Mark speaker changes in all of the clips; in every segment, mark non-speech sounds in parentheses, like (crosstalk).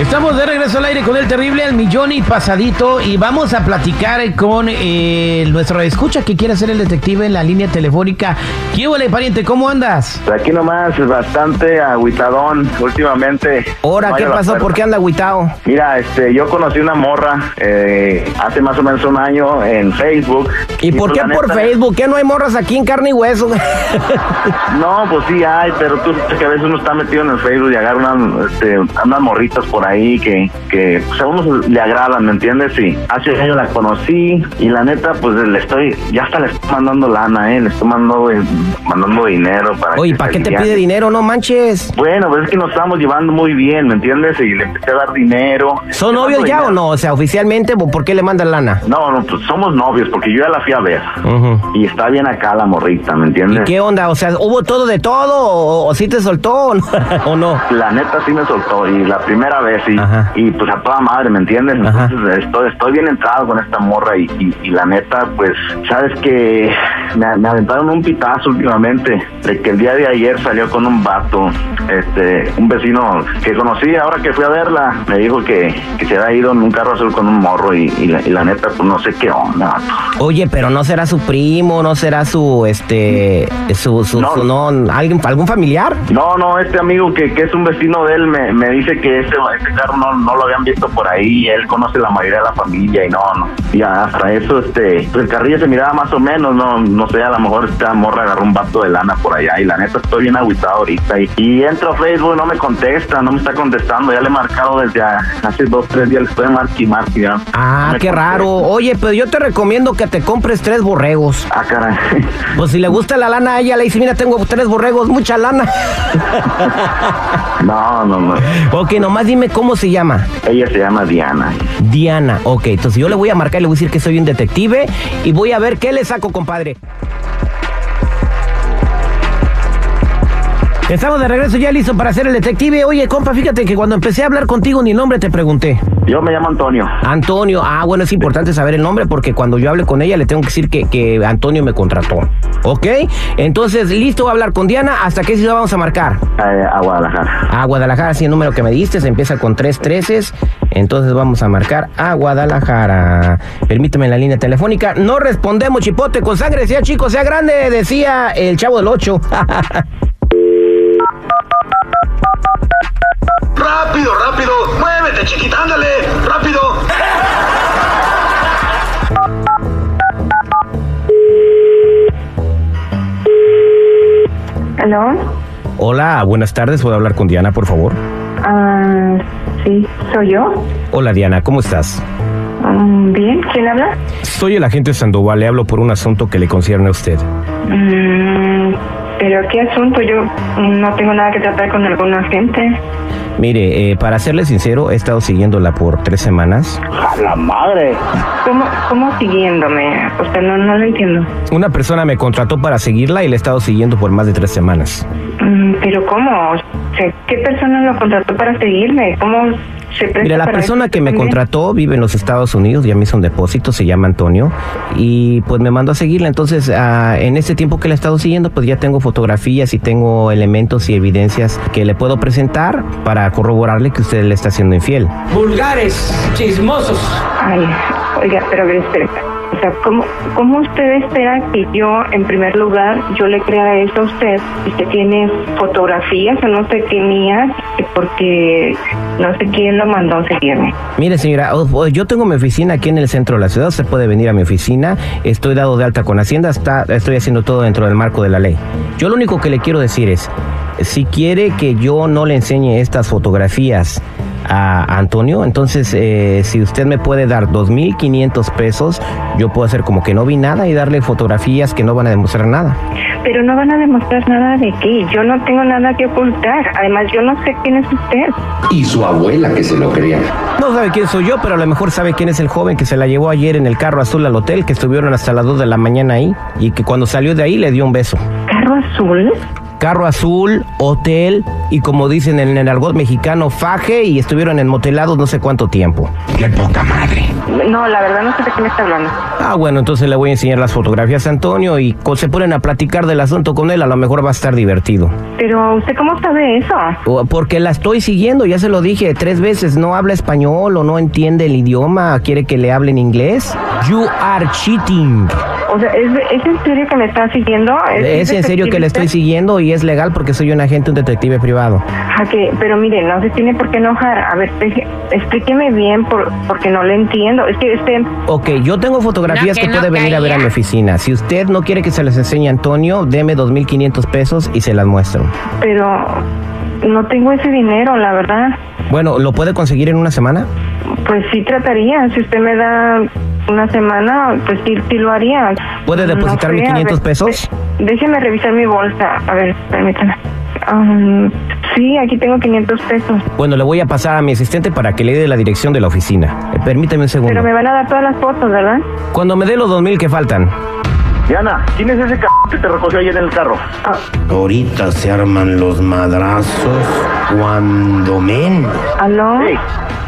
Speaker 1: Estamos de regreso al aire con el terrible al millón y pasadito y vamos a platicar con eh, nuestro escucha que quiere ser el detective en la línea telefónica. ¿Qué huele, pariente? ¿Cómo andas?
Speaker 2: Pues Aquí nomás es bastante agüitadón últimamente.
Speaker 1: Ahora,
Speaker 2: No
Speaker 1: ¿qué
Speaker 2: hay la
Speaker 1: pasó?
Speaker 2: fuerza.
Speaker 1: ¿Por qué anda agüitado?
Speaker 2: Mira, este, yo conocí una morra eh, hace más o menos un año en Facebook.
Speaker 1: ¿Y por
Speaker 2: pues,
Speaker 1: qué
Speaker 2: la
Speaker 1: por
Speaker 2: neta,
Speaker 1: Facebook? ¿Qué no hay morras aquí en carne y
Speaker 2: (laughs)
Speaker 1: hueso? (laughs)
Speaker 2: No, pues sí hay, pero tú sabes que a veces uno está metido en el Facebook y agarra unas, este, unas morritas por ahí que, que pues, a uno le agradan, ¿me entiendes? Y hace un año la conocí y la neta, pues le estoy, ya hasta le estoy mandando lana, ¿eh? Le estoy mandando, eh, mandando dinero para
Speaker 1: Oye,
Speaker 2: que
Speaker 1: ¿para
Speaker 2: se
Speaker 1: qué te
Speaker 2: aliviane.
Speaker 1: pide dinero? No manches.
Speaker 2: Bueno, pues es que nos estamos llevando muy bien, ¿me entiendes? Y le empecé a dar dinero.
Speaker 1: ¿Son
Speaker 2: Le
Speaker 1: novios
Speaker 2: mando
Speaker 1: ya o
Speaker 2: dinero.
Speaker 1: no? O sea, oficialmente, ¿por qué le mandan lana?
Speaker 2: No, no, pues somos novios, porque yo ya la fui a ver.
Speaker 1: Ujú.
Speaker 2: Y está bien acá la morrita, ¿me
Speaker 1: ¿Y
Speaker 2: entiendes?
Speaker 1: qué onda? O sea, ¿hubo todo de todo o, o sí te soltó o no? (laughs) ¿O no?
Speaker 2: La neta sí me soltó, y la primera vez, y,
Speaker 1: Ajá.
Speaker 2: y pues a toda madre, ¿me entiendes?
Speaker 1: Ajá.
Speaker 2: Entonces estoy, estoy bien entrado con esta morra, y, y- y la neta, pues, sabes que me, me aventaron un pitazo últimamente, de que el día de ayer salió con un vato, este, un vecino que conocí, ahora que fui a verla, me dijo que, que se había ido en un carro azul con un morro, y, y la, y la neta, pues no sé qué onda, vato.
Speaker 1: Oye, pero no será su primo, no será su, este, su, su,
Speaker 2: No.
Speaker 1: su- no, alguien, algún familiar.
Speaker 2: No, no, este amigo que, que es un vecino de él me, me dice que este, este carro no, no lo habían visto por ahí, él conoce la mayoría de la familia y no, no. Y hasta eso, este, pues el carrillo se miraba más o menos, no, no sé, a lo mejor esta morra agarró un vato de lana por allá y la neta estoy bien agüitado ahorita. Y, y entro a Facebook y no me contesta, no me está contestando, ya le he marcado desde a- hace dos, tres días, le estoy marque y marque ya.
Speaker 1: Ah,
Speaker 2: No me
Speaker 1: qué
Speaker 2: contesta.
Speaker 1: raro. Oye, pero yo te recomiendo que te compres tres borregos.
Speaker 2: Ah, caray. (laughs)
Speaker 1: Pues si le gusta la lana a ella, le dice, mira, tengo tres borregos, mucha lana. (laughs)
Speaker 2: No, no, no.
Speaker 1: ok, nomás dime cómo se llama.
Speaker 2: Ella se llama Diana.
Speaker 1: Diana. Ok, entonces yo le voy a marcar y le voy a decir que soy un detective y voy a ver qué le saco, compadre. Estamos de regreso ya listo para ser el detective. Oye, compa, fíjate que cuando empecé a hablar contigo ni nombre te pregunté.
Speaker 2: Yo me llamo Antonio.
Speaker 1: Antonio, ah, bueno, es importante saber el nombre porque cuando yo hable con ella le tengo que decir que, que Antonio me contrató. ¿Ok? Entonces, listo, voy a hablar con Diana. ¿Hasta qué ciudad vamos a marcar?
Speaker 2: eh, a Guadalajara.
Speaker 1: A Guadalajara, sí, el número que me diste, se empieza con tres treces. Entonces vamos a marcar a Guadalajara. Permíteme la línea telefónica. No respondemos, chipote, con sangre, sea chico, sea grande, decía el chavo del 8.
Speaker 3: Rápido, rápido. Muévete, chiquita, ándale. Rápido.
Speaker 4: ¿Aló?
Speaker 1: (laughs) Hola, buenas tardes, ¿puedo hablar con Diana, por favor?
Speaker 4: Ah, sí, soy yo.
Speaker 1: Hola, Diana, ¿cómo estás?
Speaker 4: Mm, Bien, ¿quién habla?
Speaker 1: Soy el agente Sandoval, le hablo por un asunto que le concierne a usted.
Speaker 4: Mm, Pero qué asunto, yo no tengo nada que tratar con alguna gente.
Speaker 1: Mire, eh, para serle sincero, he estado siguiéndola por tres semanas.
Speaker 2: ¡A la madre!
Speaker 4: ¿Cómo, cómo siguiéndome? O sea, no, no lo entiendo.
Speaker 1: Una persona me contrató para seguirla y la he estado siguiendo por más de tres semanas.
Speaker 4: Mm, Pero ¿cómo? O sea, ¿qué persona lo contrató para seguirme? ¿Cómo se presta
Speaker 1: Mira, la
Speaker 4: para
Speaker 1: persona
Speaker 4: eso
Speaker 1: que me
Speaker 4: también?
Speaker 1: contrató vive en los Estados Unidos, ya me hizo un depósito, se llama Antonio, y pues me mandó a seguirla. Entonces, ah, en este tiempo que la he estado siguiendo, pues ya tengo fotografías y tengo elementos y evidencias que le puedo presentar para corroborarle que usted le está siendo infiel.
Speaker 5: vulgares, chismosos.
Speaker 4: Ay, oiga, pero a ver, espera. O sea, ¿cómo, ¿cómo usted espera que yo, en primer lugar, yo le crea eso a usted? Usted tiene fotografías o no sé qué mías, que porque no sé quién lo mandó a seguirme.
Speaker 1: Mire, señora, o- o- yo tengo mi oficina aquí en el centro de la ciudad. Usted puede venir a mi oficina. Estoy dado de alta con Hacienda. Está, estoy haciendo todo dentro del marco de la ley. Yo lo único que le quiero decir es: si quiere que yo no le enseñe estas fotografías a Antonio, entonces eh, si usted me puede dar 2.500 pesos, yo puedo hacer como que no vi nada y darle fotografías que no van a demostrar nada.
Speaker 4: Pero no van a demostrar nada de qué. Yo no tengo nada que ocultar. Además, yo no sé quién es usted.
Speaker 6: y su abuela que se lo crea.
Speaker 1: No sabe quién soy yo, pero a lo mejor sabe quién es el joven que se la llevó ayer en el carro azul al hotel, que estuvieron hasta las 2 de la mañana ahí y que cuando salió de ahí le dio un beso.
Speaker 4: ¿Carro azul?
Speaker 1: carro azul, hotel y como dicen en el argot mexicano, faje y estuvieron enmotelados no sé cuánto tiempo.
Speaker 6: ¡Qué poca madre!
Speaker 4: No, la verdad no sé de qué me está hablando.
Speaker 1: Ah, bueno, entonces le voy a enseñar las fotografías a Antonio y co- se ponen a platicar del asunto con él, a lo mejor va a estar divertido.
Speaker 4: Pero ¿usted cómo sabe eso?
Speaker 1: O- Porque la estoy siguiendo, ya se lo dije tres veces, no habla español o no entiende el idioma, quiere que le hable en inglés. You are cheating.
Speaker 4: O sea, ¿es, es en serio que me está siguiendo?
Speaker 1: Es en serio que le estoy
Speaker 4: detectivista?
Speaker 1: siguiendo y es legal porque soy un agente, un detective privado.
Speaker 4: Ah, que, pero mire, no se tiene por qué enojar. A ver, deje- explíqueme bien por, porque no le entiendo. Es que este,
Speaker 1: Ok, yo tengo fotografías
Speaker 7: No,
Speaker 1: que,
Speaker 7: que no
Speaker 1: puede venir a ver a
Speaker 7: caía.
Speaker 1: mi oficina. Si usted no quiere que se las enseñe a Antonio, deme 2.500 pesos y se las muestro.
Speaker 4: pero no tengo ese dinero, la verdad.
Speaker 1: Bueno, ¿lo puede conseguir en una semana?
Speaker 4: Pues sí trataría. Si usted me da una semana, pues sí, sí lo haría.
Speaker 1: ¿Puede depositarme
Speaker 4: a
Speaker 1: 500
Speaker 4: ver,
Speaker 1: pesos?
Speaker 4: de- déjeme revisar mi bolsa. A ver, permítame. Um, sí, aquí tengo 500 pesos.
Speaker 1: Bueno, le voy a pasar a mi asistente para que le dé la dirección de la oficina. Eh, permíteme un segundo.
Speaker 4: Pero me van a dar todas las fotos, ¿verdad?
Speaker 1: Cuando me dé los 2.000 que faltan.
Speaker 2: Diana, ¿quién es ese c que te recogió ayer en el carro?
Speaker 4: Ah,
Speaker 8: Ahorita se arman los madrazos cuando menos.
Speaker 4: ¿Aló?
Speaker 2: Hey,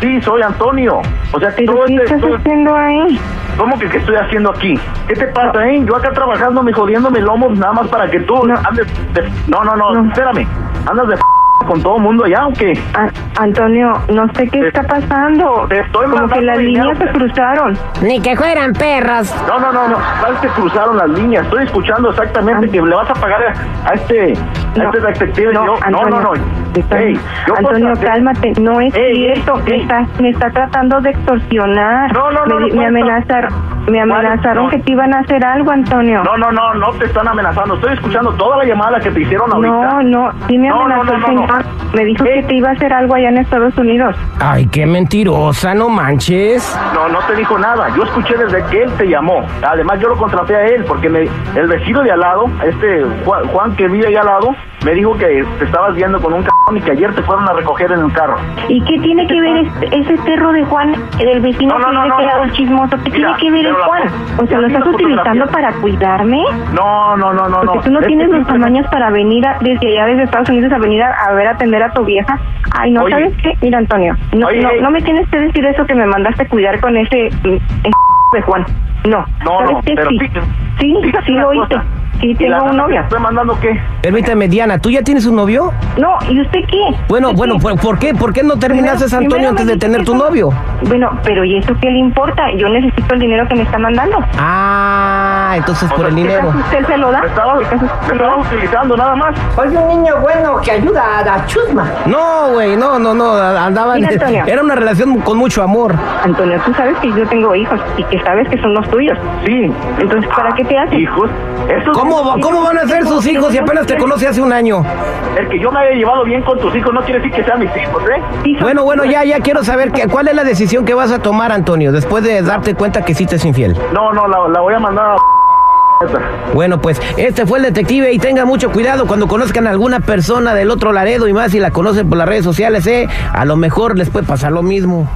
Speaker 2: sí, soy Antonio. O sea, que
Speaker 4: ¿Ah? ¿Pero
Speaker 2: todo
Speaker 4: qué
Speaker 2: este...
Speaker 4: estás
Speaker 2: todo- este,
Speaker 4: haciendo ahí?
Speaker 2: ¿Cómo que qué estoy haciendo aquí? ¿Qué te pasa, eh? Yo acá trabajando, me jodiendo mi lomo, nada más para que tú
Speaker 4: No.
Speaker 2: andes de- No, no, no,
Speaker 4: No.
Speaker 2: espérame. ¿Andas de p con todo mundo allá o qué?
Speaker 4: A- Antonio, no sé qué
Speaker 2: Te-
Speaker 4: está pasando.
Speaker 2: te estoy
Speaker 4: Como que
Speaker 2: mandando
Speaker 4: las
Speaker 2: dinero.
Speaker 4: líneas se cruzaron.
Speaker 7: Ni que fueran perros.
Speaker 2: No, no, no, no. Sabes que cruzaron las líneas. Estoy escuchando exactamente
Speaker 4: Ah.
Speaker 2: que le vas a pagar a, a este, a este detective.
Speaker 4: no,
Speaker 2: Yo-
Speaker 4: Antonio,
Speaker 2: no, no, no.
Speaker 4: te estoy-
Speaker 2: Ey, yo
Speaker 4: Antonio,
Speaker 2: contraté-
Speaker 4: cálmate, no es
Speaker 2: Ey,
Speaker 4: cierto,
Speaker 2: ey,
Speaker 4: me,
Speaker 2: ey.
Speaker 4: está, me está tratando de extorsionar,
Speaker 2: No, no, no, no
Speaker 4: me, di- me
Speaker 2: puedes-
Speaker 4: amenazaron, me
Speaker 2: ¿Cuál?
Speaker 4: amenazaron
Speaker 2: No.
Speaker 4: que te iban a hacer algo, Antonio.
Speaker 2: No, no, no, no te están amenazando. Estoy escuchando toda la llamada que te hicieron ahorita.
Speaker 4: no, no, sí me
Speaker 2: No, no,
Speaker 4: amenazó el
Speaker 2: no, no, no.
Speaker 4: señor, me dijo
Speaker 2: Ey.
Speaker 4: que te iba a hacer algo allá en Estados Unidos.
Speaker 1: Ay, qué mentirosa, no manches.
Speaker 2: No, no te dijo nada. Yo escuché desde que él te llamó. Además, yo lo contraté a él porque me- el vecino de al lado, este Juan, Juan que vive ahí al lado, me dijo que te estabas viendo con un cabrón y que ayer te fueron a recoger en el carro.
Speaker 4: ¿Y qué tiene que ver este- ese perro de Juan, del vecino
Speaker 2: No, no,
Speaker 4: que
Speaker 2: no,
Speaker 4: vive
Speaker 2: no,
Speaker 4: que era
Speaker 2: no.
Speaker 4: el chismoso? ¿Qué
Speaker 2: Mira,
Speaker 4: tiene que ver el
Speaker 2: pero la
Speaker 4: Juan?
Speaker 2: fo-
Speaker 4: O sea, ¿lo
Speaker 2: aquí la
Speaker 4: estás utilizando
Speaker 2: fotografía.
Speaker 4: para cuidarme?
Speaker 2: No, no, no, no,
Speaker 4: Porque
Speaker 2: no.
Speaker 4: tú no
Speaker 2: Es que
Speaker 4: tienes los
Speaker 2: simplemente-
Speaker 4: tamaños para venir a- desde allá, desde Estados Unidos, a venir a, a ver a atender a tu vieja. Ay, no,
Speaker 2: Oye.
Speaker 4: ¿sabes qué? Mira, Antonio, no,
Speaker 2: Oye,
Speaker 4: no,
Speaker 2: ey.
Speaker 4: no me tienes que decir eso que me mandaste a cuidar con ese mm, eh, de Juan. No,
Speaker 2: No,
Speaker 4: ¿sabes
Speaker 2: no,
Speaker 4: qué?
Speaker 2: pero
Speaker 4: sí,
Speaker 2: fíjate-
Speaker 4: sí,
Speaker 2: fíjate
Speaker 4: sí
Speaker 2: una
Speaker 4: lo
Speaker 2: cosa.
Speaker 4: hice. Sí,
Speaker 2: ¿Y la
Speaker 4: tengo
Speaker 2: nota que te
Speaker 4: un novio.
Speaker 2: ¿Estoy mandando qué?
Speaker 1: Permíteme, Diana, ¿tú ya tienes un novio?
Speaker 4: No, ¿y usted qué?
Speaker 1: Bueno,
Speaker 4: ¿Usted
Speaker 1: bueno,
Speaker 4: qué?
Speaker 1: ¿por, por qué? ¿Por qué no
Speaker 4: Primero-
Speaker 1: terminaste, Antonio,
Speaker 4: primero
Speaker 1: antes
Speaker 4: me
Speaker 1: de
Speaker 4: dice
Speaker 1: tener
Speaker 4: que
Speaker 1: tu
Speaker 4: eso-
Speaker 1: novio?
Speaker 4: Bueno, pero ¿y eso qué le importa? Yo necesito el dinero que me está mandando.
Speaker 1: Ah, entonces
Speaker 2: O
Speaker 1: por
Speaker 2: sea,
Speaker 1: el
Speaker 2: ¿qué
Speaker 1: dinero.
Speaker 4: ¿Acaso ¿Usted se lo da?
Speaker 2: Me estabas, me estabas utilizando nada más.
Speaker 5: Soy un niño bueno que ayuda a la chusma.
Speaker 1: No, güey, no, no, no, a- andaba...
Speaker 4: Mira, Antonio.
Speaker 1: Era una relación con mucho amor.
Speaker 4: Antonio, tú sabes que yo tengo hijos y que sabes que son los tuyos.
Speaker 2: Sí.
Speaker 4: Entonces, ¿para qué te haces?
Speaker 2: Hijos. Eso
Speaker 1: ¿Cómo, va- cómo van a ser sus hijos si apenas te conoce hace un año?
Speaker 2: El que yo me haya llevado bien con tus hijos no quiere decir que sean mis hijos, ¿eh?
Speaker 4: Sí, son-
Speaker 1: Bueno, bueno, ya, ya quiero saber que- cuál es la decisión que vas a tomar, Antonio, después de darte cuenta que sí te es infiel.
Speaker 2: No, no, la, la voy a mandar a...
Speaker 1: Bueno, pues este fue el detective y tengan mucho cuidado cuando conozcan a alguna persona del otro Laredo y más si la conocen por las redes sociales, ¿eh? A lo mejor les puede pasar lo mismo.